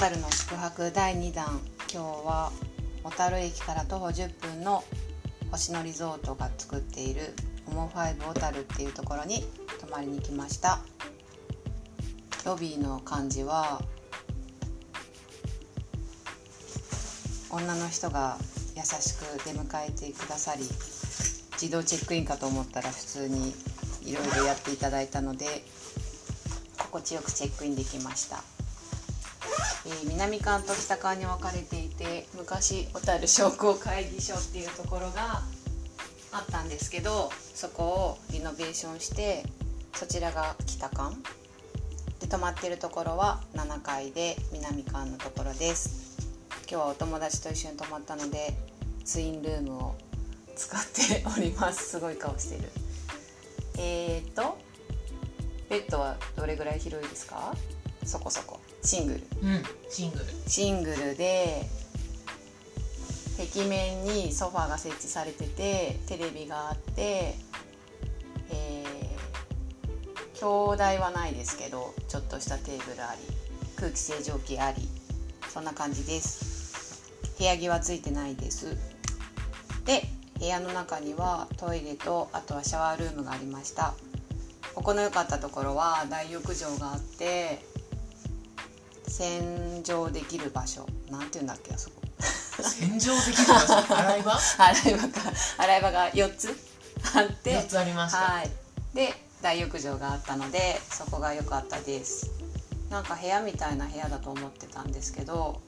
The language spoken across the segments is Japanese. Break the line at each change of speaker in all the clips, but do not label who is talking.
タルの宿泊第2弾今日は小樽駅から徒歩10分の星野リゾートが作っているホモファイブ小樽っていうところに泊まりに来ましたロビーの感じは女の人が優しく出迎えてくださり自動チェックインかと思ったら普通にいろいろやっていただいたので心地よくチェックインできました、えー南館と北館に分かれていて昔小樽商工会議所っていうところがあったんですけどそこをリノベーションしてそちらが北館で泊まってるところは7階で南館のところです今日はお友達と一緒に泊まったのでツインルームを使っておりますすごい顔してるえー、とベッドはどれぐらい広いですかそこそこシングル
うんシングル
シングルで壁面にソファーが設置されててテレビがあって、えー、鏡台はないですけどちょっとしたテーブルあり空気清浄機ありそんな感じです部屋着はついてないですで部屋の中にはトイレとあとはシャワールームがありましたここの良かったところは大浴場があって洗浄できる場所なんて言うんだっけあそこ
洗浄できる場所洗い場
洗い場か洗い場が4つあって
4つありました、
はいで大浴場があったのでそこが良かったですなんか部屋みたいな部屋だと思ってたんですけど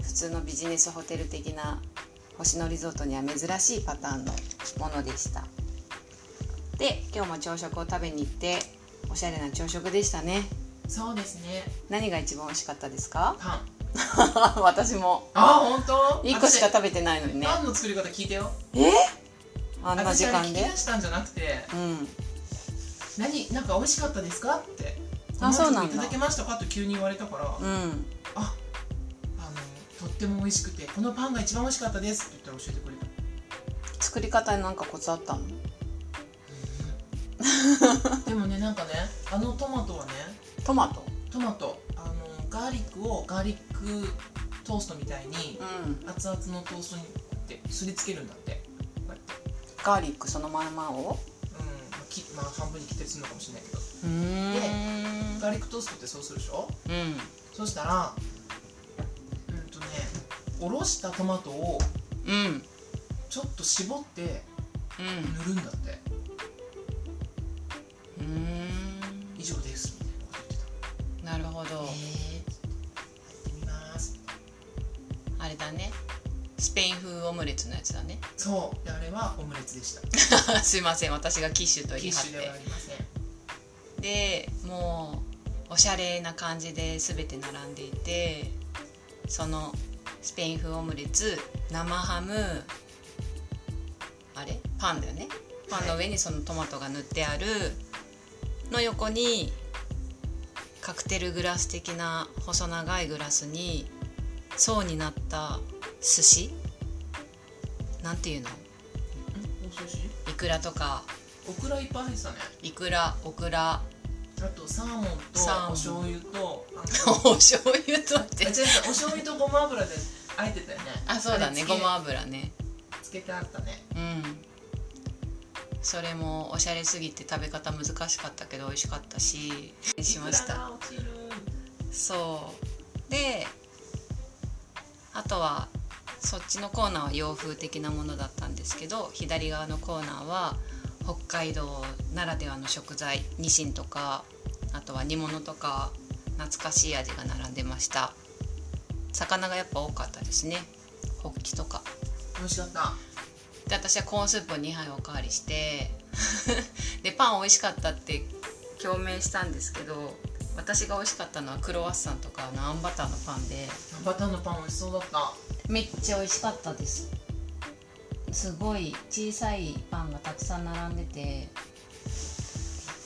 普通のビジネスホテル的な星野リゾートには珍しいパターンのものでしたで今日も朝食を食べに行っておしゃれな朝食でしたね
そうですね
何が一番美味しかったですか
パン
私も
あ本当
1個しか食べてないのにね
パンの作り方聞いてよ
えあんな
私
時
あれ
間
聞き
で
出したんじゃなくて
うん
何なんか美味しかったですかって
あそうなんだ
この後いただけましたかと急に言われたから、あ
うん
のとっても美味しくてこのパンが一番美味しかったですって言ったら教えてくれた
作り方になんかコツあったの
でもねなんかねあのトマトはね
トマト
トマトあのガーリックをガーリックトーストみたいに
うん
熱々のトーストにこうやってすりつけるんだってこうやって
ガーリックそのまんまを
うんまあきまあ半分に切ってするのかもしれないけど
うーん
ガーリックトーストってそうするでしょ
うん
そしたらうんとねおろしたトマトを
うんうん
ちょっと絞って塗るんだって
うーん
以上ですみたいなこと言って
なるほど
たえーってやってみます
あれだねスペイン風オムレツのやつだね
そうであれはオムレツでした
すいません私がキッシュと
キ
言い
ッ
張っ
シュではあ
て
りません
でもうおしゃれな感じで全て並んでいてそのスペイン風オムレツ生ハムあれパンだよねパンの上にそのトマトが塗ってあるの横にカクテルグラス的な細長いグラスに層になった寿司なんていうの
んお寿司
イクラとか
オクラいっぱい入ってたね
イクラオクラ
あとサーモンと
サーモン
お醤油とあ の
お醤油とっ
あ
て
違う違うお醤油とごま油であえてたよね
あそうだね
あれつ
ご
け
ま油ね
つけてあったね
うんそれもおしゃれすぎて食べ方難しかったけど美味しかったししまし
いくら
た
が落ちる
そうであとはそっちのコーナーは洋風的なものだったんですけど左側のコーナーは北海道ならではの食材ニシンとかあとは煮物とか懐かしい味が並んでました魚がやっぱ多かったですねホッキとか
美味しかった
で私はコーンスープを2杯おかわりして でパン美味しかったって共鳴したんですけど私が美味しかったのはクロワッサンとかのあんバターのパンで
バターのパン美味しそうだった
めっちゃ美味しかったですすごい小さいパンがたくさん並んでて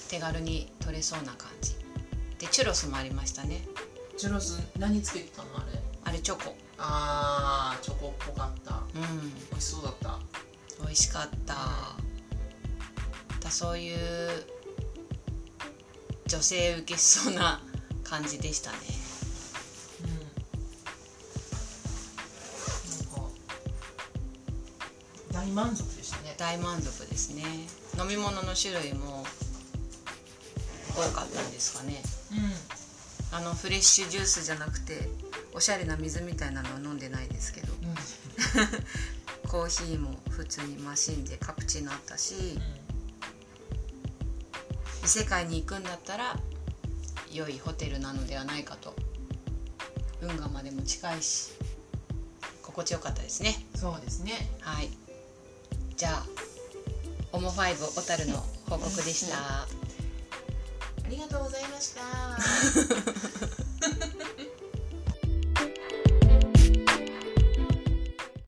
手軽に取れそうな感じでチュロスもありましたね
チュロス何つけてたのあれ
あれチョコ
あーチョコっぽかった
うん
美味しそうだった
美味しかっただそういう女性受けしそうな感じでしたね
うん大満足でしたね
大満足ですね飲み物の種類も多かったんですかね
う
あのフレッシュジュースじゃなくておしゃれな水みたいなのは飲んでないですけど
んうん
コーヒーも普通にマシンでカプチーノあったし異世界に行くんだったら良いホテルなのではないかと運河までも近いし心地よかったですね
そうですね
はいじゃあオモファイブ小樽の報告でした。
ありがとうございました